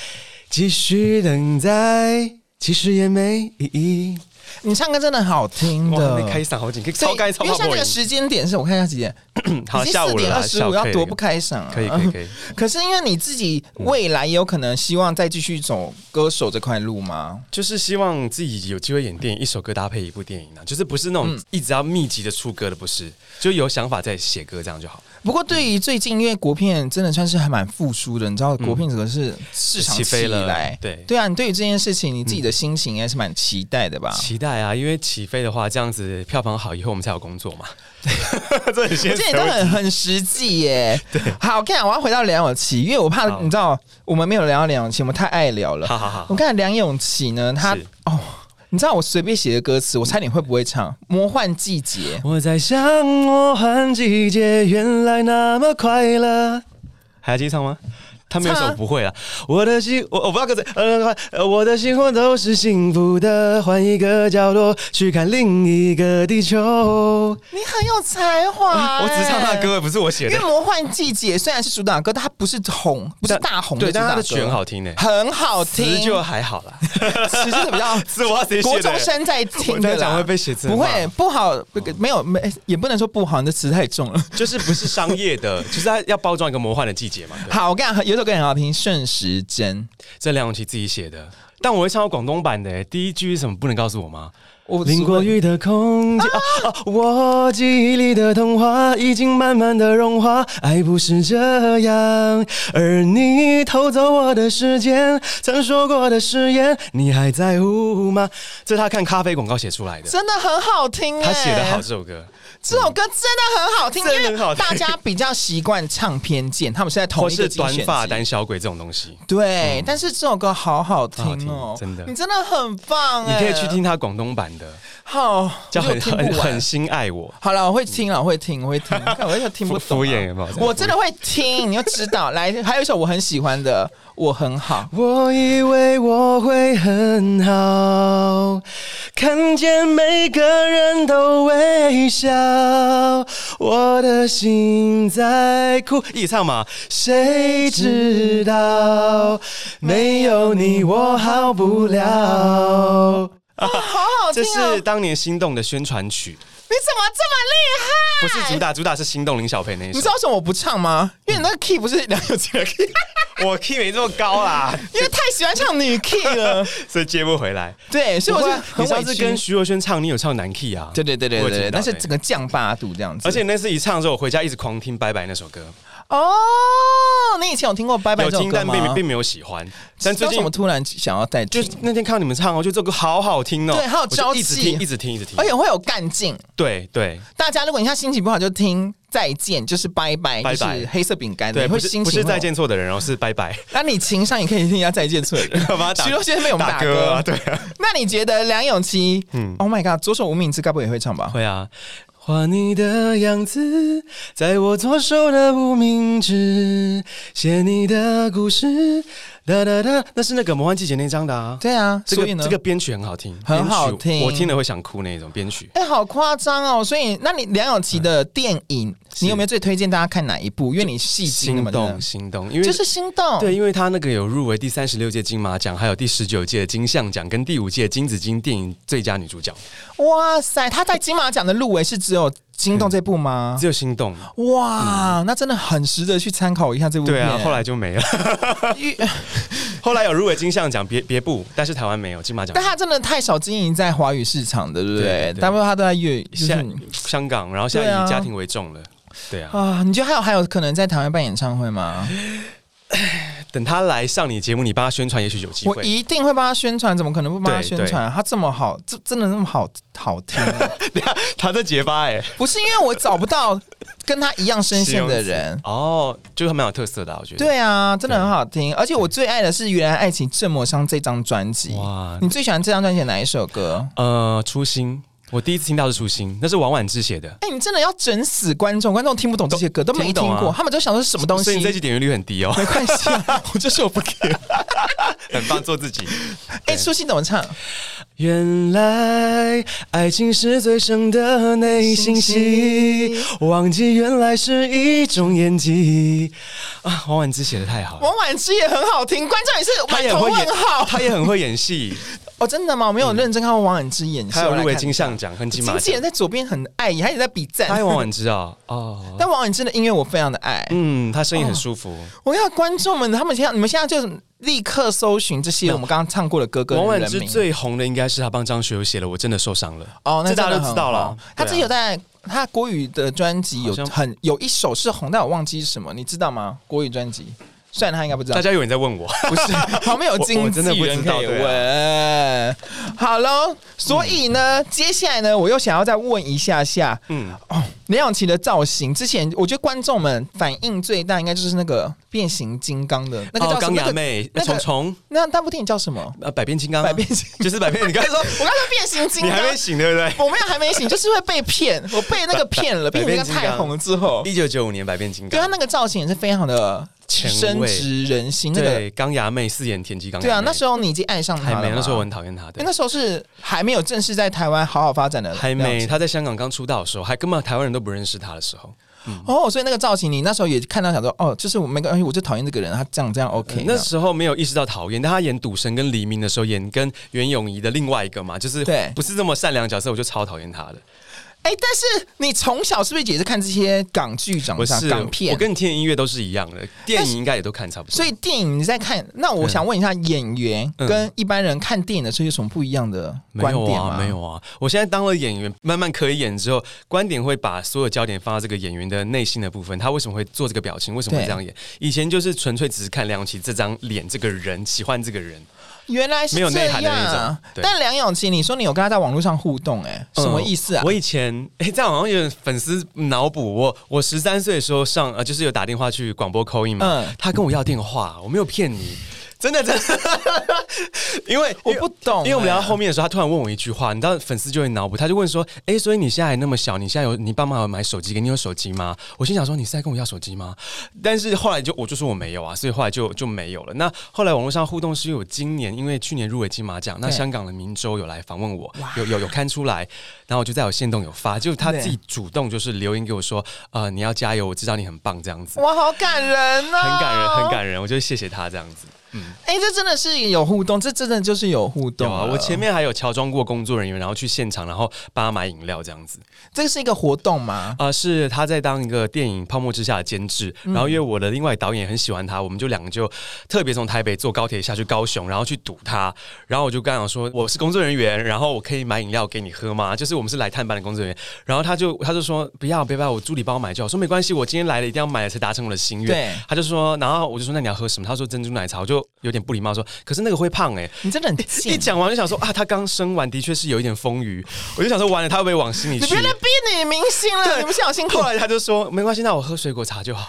Speaker 3: 继续等待，其实也没意义。
Speaker 2: 你唱歌真的好听
Speaker 3: 哇，
Speaker 2: 的
Speaker 3: 你。开嗓好紧，可以
Speaker 2: 所以
Speaker 3: 超该超
Speaker 2: 因为
Speaker 3: 爆
Speaker 2: 像
Speaker 3: 破
Speaker 2: 这个
Speaker 3: 音。嗯
Speaker 2: 时间点是我看一下几点，
Speaker 3: 好，
Speaker 2: 已经
Speaker 3: 下
Speaker 2: 四
Speaker 3: 午了
Speaker 2: 点
Speaker 3: 啦，
Speaker 2: 二十五，
Speaker 3: 下午
Speaker 2: 要
Speaker 3: 可以
Speaker 2: 多不开嗓啊！
Speaker 3: 可以可以可以。
Speaker 2: <laughs> 可是因为你自己未来也有可能希望再继续走歌手这块路吗？
Speaker 3: 就是希望自己有机会演电影，一首歌搭配一部电影啊，就是不是那种一直要密集的出歌的，不是，就有想法再写歌这样就好。
Speaker 2: 不过对于最近，因为国片真的算是还蛮复苏的，你知道国片整个是市场
Speaker 3: 起飞了
Speaker 2: 起来
Speaker 3: 对
Speaker 2: 对啊，你对于这件事情，你自己的心情应该是蛮期待的吧？
Speaker 3: 期待啊，因为起飞的话，这样子票房好以后，我们才有工作
Speaker 2: <laughs>
Speaker 3: 嘛。 <laughs> 这很现
Speaker 2: 这也都
Speaker 3: 实。
Speaker 2: 很很实际
Speaker 3: <laughs>
Speaker 2: 耶。好，看我要回到梁咏琪，因为我怕
Speaker 3: 好
Speaker 2: 你知道我们没有聊到梁咏琪，我们太爱聊了。
Speaker 3: 好好好
Speaker 2: 我
Speaker 3: 好，
Speaker 2: 看梁咏琪呢，她
Speaker 3: 是
Speaker 2: 哦，你知道我随便写的歌词，我猜你会不会唱《魔幻季节》？
Speaker 3: 我在想，魔幻季节原来那么快乐。还要继续唱吗？他们有
Speaker 2: 唱
Speaker 3: 首
Speaker 2: 啊
Speaker 3: 不会了。我的心，我我不知道歌词。呃，呃我的心魂都是幸福的，换一个角落去看另一个地球。
Speaker 2: 你很有才华、
Speaker 3: 我只是唱他的
Speaker 2: 哎。
Speaker 3: 歌，不是我写
Speaker 2: 因为《
Speaker 3: 的。
Speaker 2: 魔幻季节》虽然是主打歌，但它不是红，不是大红
Speaker 3: 对，但他
Speaker 2: 它
Speaker 3: 的曲很好听呢，
Speaker 2: 很好听，
Speaker 3: 词就还好
Speaker 2: <laughs>
Speaker 3: 啦，
Speaker 2: 其实比
Speaker 3: <laughs>
Speaker 2: 较
Speaker 3: 是我要谁
Speaker 2: 国
Speaker 3: 写的
Speaker 2: 中？生在
Speaker 3: 我
Speaker 2: 听的
Speaker 3: 在讲
Speaker 2: 啦
Speaker 3: 会。被写字，
Speaker 2: 不会，不好，不没有没也不能说不好，你的词太重了。
Speaker 3: 就是不是商业的， <laughs> 就是他要包装一个魔幻的季节嘛。对
Speaker 2: 好，我跟你讲，有一首歌很好听，《顺时针》。
Speaker 3: 这梁咏琪自己写的，但我会唱到广东版的欸。第一句是什么？不能告诉我吗？
Speaker 2: 我
Speaker 3: 淋过雨的空气、啊啊我记忆里的童话已经慢慢的融化，爱不是这样，而你偷走我的时间，曾说过的誓言，你还在乎吗？这是他看咖啡广告写出来的，
Speaker 2: 真的很好听、哎
Speaker 3: 他写的好，这首歌，
Speaker 2: 这首歌真的很好听，
Speaker 3: 真的很好
Speaker 2: 因为
Speaker 3: 听
Speaker 2: 大家比较习惯唱偏见，他们是在同
Speaker 3: 或
Speaker 2: 一个
Speaker 3: 是
Speaker 2: 精
Speaker 3: 短
Speaker 2: 选
Speaker 3: 发
Speaker 2: 集
Speaker 3: 胆小鬼这种东西，
Speaker 2: 对，但是这首歌好好听
Speaker 3: 好
Speaker 2: 哦
Speaker 3: 好，听真的
Speaker 2: 你真的很棒、
Speaker 3: 你
Speaker 2: 哎
Speaker 3: 可以去听他广东版的，
Speaker 2: 好，我就
Speaker 3: 叫很
Speaker 2: 听啊不
Speaker 3: 很
Speaker 2: 完
Speaker 3: 很。心爱我，
Speaker 2: 好了，我会听了，我会听，我会
Speaker 3: <laughs>
Speaker 2: 听。看我又听不懂、啊，
Speaker 3: 敷敷衍有没有
Speaker 2: 我真的会听，你要知
Speaker 3: <laughs>
Speaker 2: 道。来，还有一首我很喜欢的，《我很好》。
Speaker 3: 我以为我会很好，看见每个人都微笑，我的心在哭。一起唱嘛，谁知道没有你我好不了。
Speaker 2: 好好听
Speaker 3: 这
Speaker 2: 哦！
Speaker 3: 是当年《心动》的宣传曲，
Speaker 2: 你怎么这
Speaker 3: 不
Speaker 2: 么厉害？
Speaker 3: 是主打，主打是《心动》林小培那一
Speaker 2: 你
Speaker 3: 首
Speaker 2: 知道。为什么我不唱吗？因为你那个 key 不是梁咏琪的 key，
Speaker 3: 我 key 没这么高啦，
Speaker 2: 因为太喜欢唱女 key
Speaker 3: <laughs>
Speaker 2: 了。
Speaker 3: 所以接不回来。
Speaker 2: 对，所以我
Speaker 3: 不
Speaker 2: 就
Speaker 3: 过啊
Speaker 2: 很
Speaker 3: 你上
Speaker 2: 委
Speaker 3: 次
Speaker 2: 屈。
Speaker 3: 跟徐若瑄唱，你有唱男 key 啊？
Speaker 2: 对对对对
Speaker 3: 我
Speaker 2: 对
Speaker 3: 有听
Speaker 2: 对，
Speaker 3: 到
Speaker 2: 但是整个降八度这样子，
Speaker 3: 而且那次一唱之后，我回家一直狂听《拜拜》那首歌，
Speaker 2: 哦，你以前有听过《拜拜》
Speaker 3: 有
Speaker 2: 这首
Speaker 3: 听，
Speaker 2: 歌
Speaker 3: 但
Speaker 2: 吗？
Speaker 3: 并并没有喜欢。但最
Speaker 2: 为什
Speaker 3: 近
Speaker 2: 么突然想要再
Speaker 3: 就
Speaker 2: 听？
Speaker 3: 是那天看到你们唱，我哦觉得这首歌好好听哦，
Speaker 2: 对好有
Speaker 3: 我就
Speaker 2: 朝
Speaker 3: 一直
Speaker 2: 气哎
Speaker 3: 听，一直听，一直听
Speaker 2: 而。且会有干劲。
Speaker 3: 对对
Speaker 2: 大家如果你现在心情不好，就听《再见》，就是拜拜，
Speaker 3: 拜
Speaker 2: 就
Speaker 3: 拜
Speaker 2: 是黑色饼干，
Speaker 3: 对，
Speaker 2: 你会
Speaker 3: 不是
Speaker 2: 心情
Speaker 3: 不是
Speaker 2: 会有
Speaker 3: 再。见错的人哦，是拜拜。。
Speaker 2: 那你情商也可以听一下《再见》错人
Speaker 3: <laughs> 干嘛打
Speaker 2: 徐若瑄被我们
Speaker 3: 打
Speaker 2: 打歌
Speaker 3: 啊？对啊，
Speaker 2: 那你觉得梁咏琪？嗯，Oh my God，左手无名指该不会也会唱吧？
Speaker 3: 会啊。画你的样子，在我左手的无名指，写你的故事，哒哒哒，那是那个魔幻季节那张的啊。
Speaker 2: 对啊，
Speaker 3: 这个
Speaker 2: 所以呢，
Speaker 3: 这个编曲很好听，
Speaker 2: 很
Speaker 3: 编曲
Speaker 2: 好听
Speaker 3: 我听了会想哭那种编曲。
Speaker 2: 哎、好夸张哦！所以，那你梁咏琪
Speaker 3: 哎
Speaker 2: 的电影，你有没有最推荐大家看哪一部？因为你戏精
Speaker 3: 心
Speaker 2: 嘛，
Speaker 3: 动，心动，因为
Speaker 2: 就是心动。
Speaker 3: 对，因为他那个有入围第三十六届金马奖，还有第十九届金像奖跟第五届金紫金电影最佳女主角，
Speaker 2: 哇塞，他在金马奖的入围是只有《心动》这部吗？
Speaker 3: 只有心动。
Speaker 2: 啊哇，那真的很值得去参考一下这部片。
Speaker 3: 对啊，后来就没了。 <laughs>
Speaker 2: 因为， <laughs>
Speaker 3: 后来有入围金像奖，别别部，但是台湾没有金马奖
Speaker 2: 但，他真的太少经营在华语市场的，对不
Speaker 3: 对
Speaker 2: 对
Speaker 3: 对？对
Speaker 2: 大部分他都在粤语。就是
Speaker 3: 现在香港，然后现在
Speaker 2: 对啊
Speaker 3: 以家庭为重了。对啊，
Speaker 2: 啊，你觉得还有还有可能在台湾办演唱会吗？
Speaker 3: 等他来上你节目，你帮他宣传，也许有机
Speaker 2: 我
Speaker 3: <laughs> 会。
Speaker 2: 一定会帮他宣传，怎么可能不帮他
Speaker 3: 对
Speaker 2: 宣传？他这么好，这真的那么好好听啊、
Speaker 3: 他在结巴哎、。
Speaker 2: 不是因为我找不到跟他一样声线 <laughs> 的人
Speaker 3: 哦，就是蛮有特色的啊、我觉得。
Speaker 2: 对啊，真的很好听，而且我最爱的是《原来爱情这么伤》这张专辑。
Speaker 3: 哇
Speaker 2: 你最喜欢这张专辑的哪一首歌？
Speaker 3: 呃，初心，我第一次听到是初心，那是王婉之写的。
Speaker 2: 哎、你真的要整死观众，观众听不懂这些歌，都没
Speaker 3: 听不懂啊
Speaker 2: 过，他们都想说是什么东
Speaker 3: 所
Speaker 2: 西
Speaker 3: 以你。这期点阅率很低
Speaker 2: <laughs>
Speaker 3: 哦，
Speaker 2: 没关系、啊，我就是我不给。
Speaker 3: <laughs> 很棒，做自己。
Speaker 2: 哎、舒心怎么唱？
Speaker 3: 原来爱情是最深的内心戏
Speaker 2: 心，
Speaker 3: 忘记原来是一种演技啊！王婉之写的太好了，
Speaker 2: 王婉之也很好听，观众也是
Speaker 3: 她
Speaker 2: 满
Speaker 3: 也很
Speaker 2: 头
Speaker 3: 会演
Speaker 2: 问号，。
Speaker 3: 她也很会演 <laughs> 戏，
Speaker 2: 哦，真的吗？我没有认真看过王婉之演戏，
Speaker 3: 她有入
Speaker 2: 我来
Speaker 3: 围
Speaker 2: 看
Speaker 3: 金像奖和金马
Speaker 2: 经纪
Speaker 3: 奖
Speaker 2: 人。在左边很爱，他也在比赞
Speaker 3: 她。爱王婉之啊，哦，
Speaker 2: 但王婉之的音乐我非常的爱。
Speaker 3: 嗯，她声音很舒服。
Speaker 2: 我要观众们，他们现在你们现在就是立刻搜寻这些我们刚刚唱过的歌歌
Speaker 3: 王
Speaker 2: 的
Speaker 3: 婉
Speaker 2: 人
Speaker 3: 之
Speaker 2: 名
Speaker 3: 最红的应该是她帮张学友写的《我真的受伤了》，
Speaker 2: 哦，那
Speaker 3: 这大家
Speaker 2: 真的
Speaker 3: 都
Speaker 2: 很
Speaker 3: 知道了
Speaker 2: 红他
Speaker 3: 对啊
Speaker 2: 自己有在他国语的专辑有
Speaker 3: 好像
Speaker 2: 很有一首是红，但我忘记是什么，你知道吗？国语专辑，虽然他应该不知道
Speaker 3: 大，家有人在问我，
Speaker 2: 不是
Speaker 3: <laughs>
Speaker 2: 旁边有
Speaker 3: 我
Speaker 2: 经
Speaker 3: 我
Speaker 2: 纪
Speaker 3: 真的不
Speaker 2: 人
Speaker 3: 知
Speaker 2: 可
Speaker 3: 道
Speaker 2: 以问。好喽，所以呢，接下来呢，我又想要再问一下下，哦
Speaker 3: 嗯，
Speaker 2: 梁咏琪的造型，之前我觉得观众们反应最大应该就是那个变形金刚的那个
Speaker 3: 哦
Speaker 2: 叫什
Speaker 3: 钢
Speaker 2: 么？
Speaker 3: 牙
Speaker 2: 那个
Speaker 3: 妹、
Speaker 2: 那个
Speaker 3: 虫虫、
Speaker 2: 那那部电影叫什么？
Speaker 3: 呃，百变金刚啊、
Speaker 2: 百变金
Speaker 3: 就是百变，你刚才说
Speaker 2: 我刚才变形 <laughs> 金
Speaker 3: 你还没
Speaker 2: 刚，
Speaker 3: 醒对不对？
Speaker 2: 我没有还没醒，就是会被骗，我被那个骗
Speaker 3: <laughs>
Speaker 2: 了，
Speaker 3: 百
Speaker 2: 变
Speaker 3: 百
Speaker 2: 形金刚太红了之后，
Speaker 3: 一九九五年百变金
Speaker 2: 对啊他
Speaker 3: 刚，
Speaker 2: 那个造型也是非常的
Speaker 3: 前卫
Speaker 2: 深植人心。那个
Speaker 3: 对啊钢牙妹饰演田鸡钢牙妹。
Speaker 2: 对啊，那时候你已经爱上他
Speaker 3: 还
Speaker 2: 了
Speaker 3: 没，
Speaker 2: 吗
Speaker 3: 那时候我很讨厌她
Speaker 2: 因为
Speaker 3: 的。
Speaker 2: 那时候是还没有正式在台湾好好发展的，
Speaker 3: 还没，。她在香港刚出道的时候，还根本台湾人都不认识她的时候。
Speaker 2: 哦，所以那个造型你那时候也看到想说，哦，就是我没关系，我就讨厌这个人，他这样这样 OK 这
Speaker 3: 那
Speaker 2: 样。
Speaker 3: 时候没有意识到讨厌，但她演赌神跟黎明的时候，演跟袁咏仪的另外一个嘛，就是
Speaker 2: 对
Speaker 3: 不是这么善良的角色，我就超讨厌她的。
Speaker 2: 哎、但是你从小是不是也是看这些港剧长
Speaker 3: 不
Speaker 2: 大？
Speaker 3: 是
Speaker 2: 港片？啊
Speaker 3: 我跟你听的音乐都是一样的，电影应该也都看差不多。
Speaker 2: 所以电影你在看，那我想问一下，演员
Speaker 3: 嗯
Speaker 2: 跟一般人看电影的时候有什么不一样的
Speaker 3: 没
Speaker 2: 观
Speaker 3: 有
Speaker 2: 点
Speaker 3: 啊，
Speaker 2: 吗？
Speaker 3: 没有啊！我现在当了演员，慢慢可以演之后，观点会把所有焦点放到这个演员的内心的部分。他为什么会做这个表情？为什么会
Speaker 2: 对
Speaker 3: 这样演？以前就是纯粹只是看梁咏琪这张脸、这个人，喜欢这个人。
Speaker 2: 原来是
Speaker 3: 没有
Speaker 2: 这
Speaker 3: 内涵的
Speaker 2: 样
Speaker 3: 那种
Speaker 2: 啊。
Speaker 3: 对
Speaker 2: 但梁咏琪，你说你有跟他在网络上互动、哎，什么
Speaker 3: 嗯
Speaker 2: 意思啊？
Speaker 3: 我以前 <laughs> 哎、这样好像有点粉丝脑补。我我十三岁的时候上呃，就是有打电话去广播口音嘛，
Speaker 2: 嗯
Speaker 3: 他跟我要电话，我没有骗你，真的真的， <laughs> 因为
Speaker 2: 我不懂
Speaker 3: 因为我们
Speaker 2: 哎
Speaker 3: 聊到后面的时候，他突然问我一句话，你知道粉丝就会脑补，他就问说：“哎、所以你现在还那么小，你现在有你爸妈有买手机给你有手机吗？”我心想说：“你是在跟我要手机吗？” <laughs> 但是后来就我就说我没有啊，所以后来就就没有了。那后来网络上互动是因为我今年因为去年入围金马奖，那
Speaker 2: 对
Speaker 3: 香港的明州有来访问我，有有有看出来，然后我就在我线动有发，就是他自己主动就是留言给我说：“呃，你要加油，我知道你很棒。”这样子，
Speaker 2: 哇，好感人啊！
Speaker 3: 很感人，很。感人，我就谢谢他这样子。
Speaker 2: 哎、这真的是有互动，这真的就是有互
Speaker 3: 有
Speaker 2: 动
Speaker 3: 啊，
Speaker 2: 了
Speaker 3: 我前面还有乔装过工作人员，然后去现场，然后帮他买饮料这样子。
Speaker 2: 这个是一个活动吗？
Speaker 3: 啊、是他在当一个电影《泡沫之夏》的监制，然后因为我的另外导演也很喜欢他，我们就两个就特别从台北坐高铁下去高雄，然后去堵他，然后我就跟他讲说我是工作人员，然后我可以买饮料给你喝吗？就是我们是来探班的工作人员，然后他就他就说不要不要不要，我助理帮我买就好，我说没关系，我今天来了一定要买了才达成我的心愿
Speaker 2: 对。
Speaker 3: 他就说，然后我就说那你要喝什么？他说珍珠奶茶，我就有点不礼貌说，可是那个会胖哎、
Speaker 2: 你真的很
Speaker 3: 一
Speaker 2: 贱，
Speaker 3: 讲完就想说啊，他刚生完的确是有一点丰腴，我就想说完了，他会不会往心里
Speaker 2: 你
Speaker 3: 去
Speaker 2: 别？来逼女明星了，
Speaker 3: 对
Speaker 2: 你们现在好辛苦
Speaker 3: 后，来他就说没关系，那我喝水果茶就好。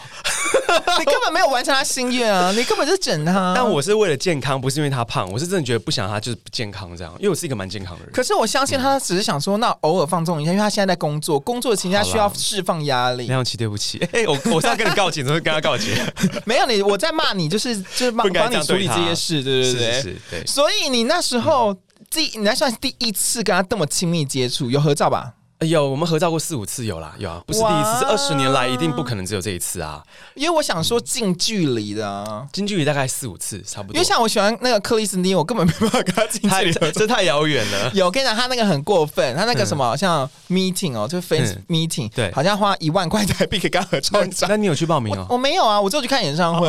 Speaker 2: 你根本没有完成她心愿啊，你根本就整她。
Speaker 3: 但我是为了健康，不是因为他胖，我是真的觉得不想他就是不健康这样，因为我是一个蛮健康的人。
Speaker 2: 可是我相信她只是想说，那偶尔放纵一下，因为她现在在工作，工作期间她需要释放压力。
Speaker 3: 梁咏琪，对不起， <laughs> 哎、我我是要跟你告解，怎么会跟他告
Speaker 2: <laughs>
Speaker 3: 解？
Speaker 2: 没有你，我在骂你，
Speaker 3: <laughs>
Speaker 2: 就是就是帮
Speaker 3: 不该
Speaker 2: 帮
Speaker 3: 这
Speaker 2: 你
Speaker 3: 样
Speaker 2: 处理
Speaker 3: 对
Speaker 2: 这
Speaker 3: 她
Speaker 2: 些事，对对
Speaker 3: 是
Speaker 2: 对
Speaker 3: 是是，对，
Speaker 2: 所以你那时候第，你那算是第一次跟他这么亲密接触，有合照吧？
Speaker 3: 哎有我们合照过四五次有啦，有啊，不是第一次，
Speaker 2: 哇
Speaker 3: 是二十年来一定不可能只有这一次啊，
Speaker 2: 因为我想说近距离的、啊，
Speaker 3: 近距离大概四五次差不
Speaker 2: 因
Speaker 3: 多
Speaker 2: 为。像我喜欢那个克里斯汀，我根本没办法跟他近距
Speaker 3: 太
Speaker 2: 离合作。
Speaker 3: 这 <laughs> 太遥远
Speaker 2: <laughs>
Speaker 3: 了，
Speaker 2: 有，我跟你讲，他那个很过分，他那个什么、像 meeting 哦，就是 fans
Speaker 3: 嗯
Speaker 2: meeting，、
Speaker 3: 对
Speaker 2: 好像花一万块台币可以跟他合照
Speaker 3: 那
Speaker 2: 一张。
Speaker 3: 那你有哦去报名
Speaker 2: 我 <laughs>
Speaker 3: 哦？
Speaker 2: 我没有啊，我只有去看演唱会，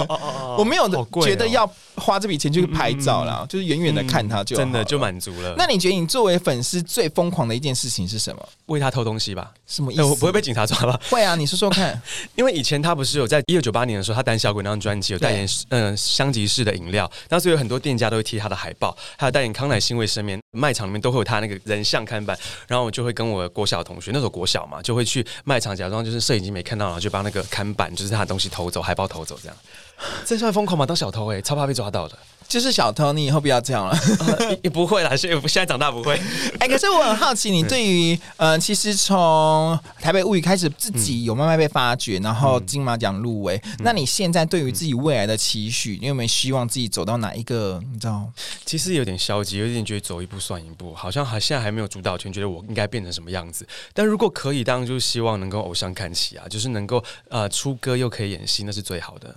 Speaker 2: 我没有
Speaker 3: 好贵哦
Speaker 2: 觉得要花这笔钱去拍照啦，就是远嗯远的看他就好
Speaker 3: 真的就
Speaker 2: 了。
Speaker 3: 满足了。
Speaker 2: 那你觉得你作为粉丝最疯狂的一件事情是什么？
Speaker 3: 为他偷东西吧？
Speaker 2: 什么意思？
Speaker 3: 哎，我不会被警察抓吧？
Speaker 2: 呃
Speaker 3: <laughs>
Speaker 2: 会啊，你说说 <laughs> 看。
Speaker 3: 因为以前他不是有在一九九八年的时候，他胆小鬼那张专辑有代言嗯、呃、香吉士的饮料，那所以有很多店家都会贴他的海报，还有代言康乃馨卫生棉，卖场里面都会有他那个人像看板。然后我就会跟我国小同学，那时候国小嘛，就会去卖场假装就是摄影机没看到，然后就把那个看板就是他的东西偷走，海报偷走
Speaker 2: <laughs>
Speaker 3: 这样。这算疯狂吗？当小偷哎、超怕被抓到的。
Speaker 2: 就是小偷，你以后不要这 <laughs> 样了。
Speaker 3: 呃也也不会啦，现在现在长大不会。
Speaker 2: 哎、可是我很好奇，你对于嗯、呃其实从台北物语开始，自己有慢慢被发掘，然后金马奖入围，那你现在对于自己未来的期许，你有没有希望自己走到哪一个？你知道？
Speaker 3: 其实有点消极，有点觉得走一步算一步，好像还现在还没有主导权，觉得我应该变成什么样子。但如果可以，当然就是希望能够偶像看齐啊，就是能够呃出歌又可以演戏，那是最好的。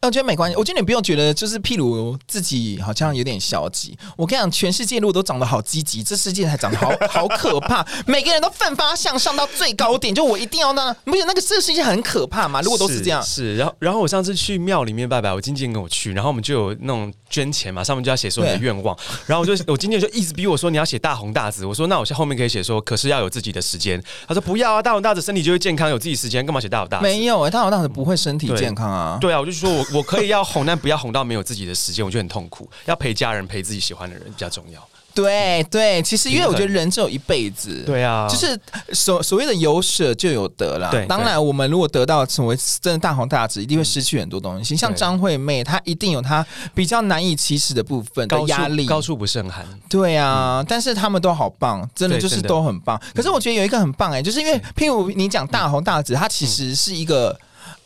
Speaker 2: 哎我觉得没关系，我觉得你不用觉得，就是譬如自己好像有点消极。我跟你讲，全世界如果都长得好积极，这世界才长得好好可怕。每个人都奋发向上到最高点，就我一定要那，你不觉得那个这个世界很可怕吗？如果都是这样，
Speaker 3: 是。然后然后我上次去庙里面拜拜，我经纪人跟我去，然后我们就有那种捐钱嘛，上面就要写说你的
Speaker 2: 对 <laughs>
Speaker 3: 愿望。然后我就我经纪人就一直逼我说你要写大红大紫，我说那我后面可以写说，可是要有自己的时间。他说不要啊，大红大紫身体就会健康，有自己时间干嘛写大红大紫？
Speaker 2: 没有、哎，他好像不会身体
Speaker 3: 对
Speaker 2: 健康啊。
Speaker 3: 对啊，我就说我 <laughs> 我可以要红，但不要红到没有自己的时间，我觉得很痛苦。要陪家人、陪自己喜欢的人比较重要。
Speaker 2: 对对，其实因为
Speaker 3: 平
Speaker 2: 我
Speaker 3: 衡
Speaker 2: 觉得人只有一辈子，、
Speaker 3: 啊
Speaker 2: 就是所所谓的有舍就有得啦。
Speaker 3: 对
Speaker 2: 当然我们如果得到成为真的大红大紫，一定会失去很多东西。像
Speaker 3: 对
Speaker 2: 张惠妹，她一定有她比较难以启齿的部分的
Speaker 3: 高
Speaker 2: 压
Speaker 3: 处
Speaker 2: 力。
Speaker 3: 高处不胜寒。
Speaker 2: 对啊，但是他们都好棒，真的
Speaker 3: 嗯对
Speaker 2: 就是
Speaker 3: 真的嗯
Speaker 2: 都很棒。可是我觉得有一个很棒哎、就是因为譬如你讲大红大紫，它其实是一个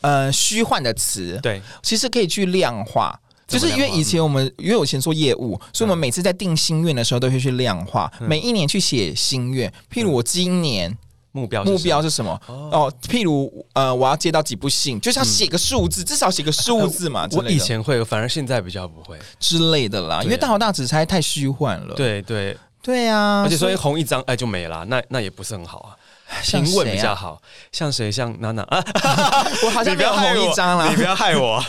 Speaker 2: 呃虚幻的词，
Speaker 3: 嗯对，
Speaker 2: 其实可以去量化。就
Speaker 3: 怎
Speaker 2: 是
Speaker 3: 么
Speaker 2: 因为
Speaker 3: 量化嗯
Speaker 2: 以前我们，因为我以前做业务，所以我们每次在定心愿的时候都会去量化，每一年去写心愿。譬如我今年
Speaker 3: 目嗯标是
Speaker 2: 目
Speaker 3: 什么
Speaker 2: 标是什么？哦，譬如呃，我要接到几部信，就是要写个数字，至少写个数字嘛，之
Speaker 3: 嗯哎呃我
Speaker 2: 类
Speaker 3: 以
Speaker 2: 的
Speaker 3: 前会，反而现在比较不会。
Speaker 2: 之类的啦。因为大好大紫才太虚幻了。
Speaker 3: 对对，
Speaker 2: 对啊，
Speaker 3: 而且所以红一张哎就没了，那那也不是很好啊。
Speaker 2: 像
Speaker 3: 平稳
Speaker 2: 谁啊
Speaker 3: 比较好，像谁像娜娜啊？
Speaker 2: 我好像没
Speaker 3: 你不
Speaker 2: 有
Speaker 3: 要害
Speaker 2: 红
Speaker 3: 我
Speaker 2: 一张啦
Speaker 3: 你。不要害我。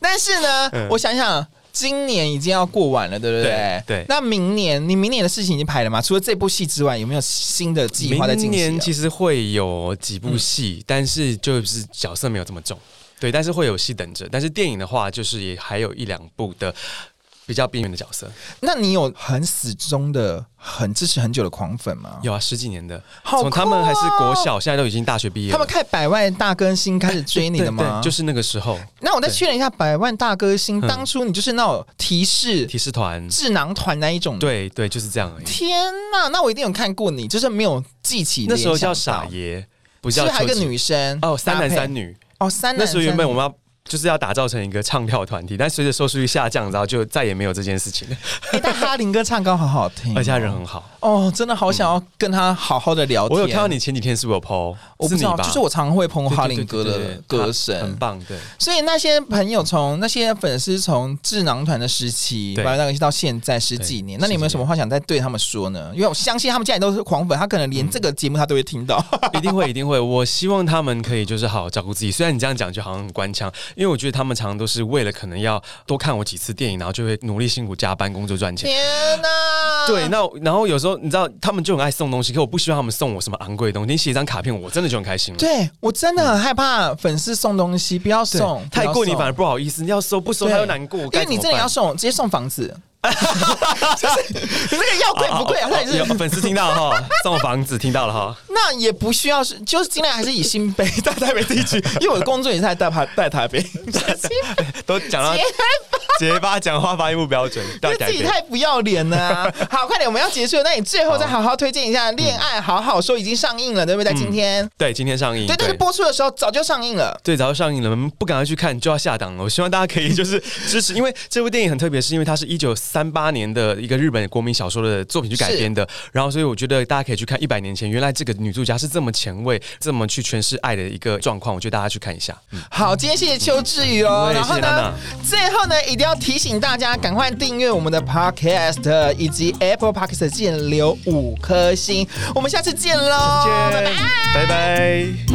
Speaker 2: 但是呢，
Speaker 3: 嗯
Speaker 2: 我想想，今年已经要过完了，对不对？
Speaker 3: 对对
Speaker 2: 那明年，你明年的事情已经排了吗？除了这部戏之外，有没有新的计划在
Speaker 3: 明
Speaker 2: 进行
Speaker 3: 年
Speaker 2: 啊？嗯
Speaker 3: 其实会有几部戏，但是就是角色没有这么重，对，但是会有戏等着。但是电影的话，就是也还有一两部的比较边缘的角色，
Speaker 2: 那你有很死忠的、很支持很久的狂粉吗？
Speaker 3: 有啊，十几年的，
Speaker 2: 好
Speaker 3: 从他
Speaker 2: 酷
Speaker 3: 们还是国
Speaker 2: 哦
Speaker 3: 小，现在都已经大学毕业了，
Speaker 2: 他们看百万大歌星开始追你的吗？
Speaker 3: 对，就是那个时候
Speaker 2: 那我再确认一下，百万大歌星
Speaker 3: 嗯
Speaker 2: 当初你就是那种提示
Speaker 3: 提示团，
Speaker 2: 智囊团那一种。，
Speaker 3: 对对，就是这样而已。
Speaker 2: 天呐，那我一定有看过你，就是没有记起
Speaker 3: 那时候
Speaker 2: 联想
Speaker 3: 叫
Speaker 2: 到
Speaker 3: 傻爷，不
Speaker 2: 是
Speaker 3: 叫
Speaker 2: 不是还有一个
Speaker 3: 秋瑾
Speaker 2: 女生
Speaker 3: 哦，三男
Speaker 2: 搭配
Speaker 3: 三女。
Speaker 2: 哦，三男
Speaker 3: 那时候原本
Speaker 2: 三女
Speaker 3: 我们要就是要打造成一个唱跳团体，但随着收视率下降，然后就再也没有这件事情了。
Speaker 2: 哎、但哈林哥唱歌好好听哦、
Speaker 3: 而且他哎人很好，
Speaker 2: 哦，真的好想要跟他好好的哦聊天。
Speaker 3: 我有看到，你前几天是不是有 PO？
Speaker 2: 我不知
Speaker 3: 是你
Speaker 2: 道，
Speaker 3: 吧？
Speaker 2: 就是我常会捧
Speaker 3: 对
Speaker 2: 哈
Speaker 3: 对
Speaker 2: 林哥
Speaker 3: 对对对
Speaker 2: 的
Speaker 3: 对
Speaker 2: 歌
Speaker 3: 他
Speaker 2: 声，
Speaker 3: 很棒，对。
Speaker 2: 所以那些朋友从那些粉丝从智囊团的时期，
Speaker 3: 对
Speaker 2: 白那个到现在十几年，
Speaker 3: 对
Speaker 2: 那你有没有
Speaker 3: 十几
Speaker 2: 什么话想再对他们说呢？因为我相信他们家里都是狂粉，他可能连这个节目他都会听
Speaker 3: <laughs>
Speaker 2: 到。
Speaker 3: 一定会，一定会。我希望他们可以就是好好照顾自己。虽然你这样讲就好像很官腔，因为我觉得他们常常都是为了可能要多看我几次电影，然后就会努力辛苦加班工作赚钱。
Speaker 2: 天啊哪！
Speaker 3: 对，那然后有时候你知道他们就很爱送东西，可我不希望他们送我什么昂贵的东西。你写一张卡片，我真的就很开心了。
Speaker 2: 对我真的很害怕粉丝送东西，不要
Speaker 3: 对
Speaker 2: 送，
Speaker 3: 太
Speaker 2: 不要
Speaker 3: 贵你
Speaker 2: 送
Speaker 3: 反而不好意思，你要收不收
Speaker 2: 对
Speaker 3: 他又难过。
Speaker 2: 因
Speaker 3: 该
Speaker 2: 为
Speaker 3: 怎么
Speaker 2: 你真的
Speaker 3: 办
Speaker 2: 要送，直接送房
Speaker 3: <laughs>
Speaker 2: 子。就是这个要贵不贵啊？那也
Speaker 3: 有
Speaker 2: 是，
Speaker 3: 哦粉丝听到哈，送我房子听到了哈，
Speaker 2: 那也不需要是，就是尽量还是以新北大台北
Speaker 3: <laughs>
Speaker 2: 地区，因为我的工作也是在大台大台北， <laughs>
Speaker 3: <laughs> 都讲到
Speaker 2: 结
Speaker 3: <laughs> 结巴讲话发音不
Speaker 2: <laughs>
Speaker 3: 标准，大
Speaker 2: 就
Speaker 3: 家
Speaker 2: 自己太不要脸了啊、好，快点，我们要结束了，那你最后再好好推荐一下《恋爱好好说》，已经上映了，对不对？在今天，
Speaker 3: 嗯对今天上映，
Speaker 2: 对，但是播出的时候早就上映了。
Speaker 3: 最早上映了，我们不赶快去看就要下档了。我希望大家可以就是 <laughs> 支持，因为这部电影很特别，是因为它是一九三八年的一个日本国民小说的作品去改编的。然后，所以我觉得大家可以去看一百年前，原来这个女作家是这么前卫，这么去诠释爱的一个状况。我觉得大家去看一下。
Speaker 2: 好，今天谢谢邱志宇哦。
Speaker 3: 嗯
Speaker 2: 然后
Speaker 3: 谢谢娜
Speaker 2: 呢
Speaker 3: 娜，
Speaker 2: 最后呢，一定要提醒大家赶快订阅我们的 Podcast 以及 Apple Podcast，记得留五颗星。我们下次见喽，拜拜。
Speaker 3: 拜拜。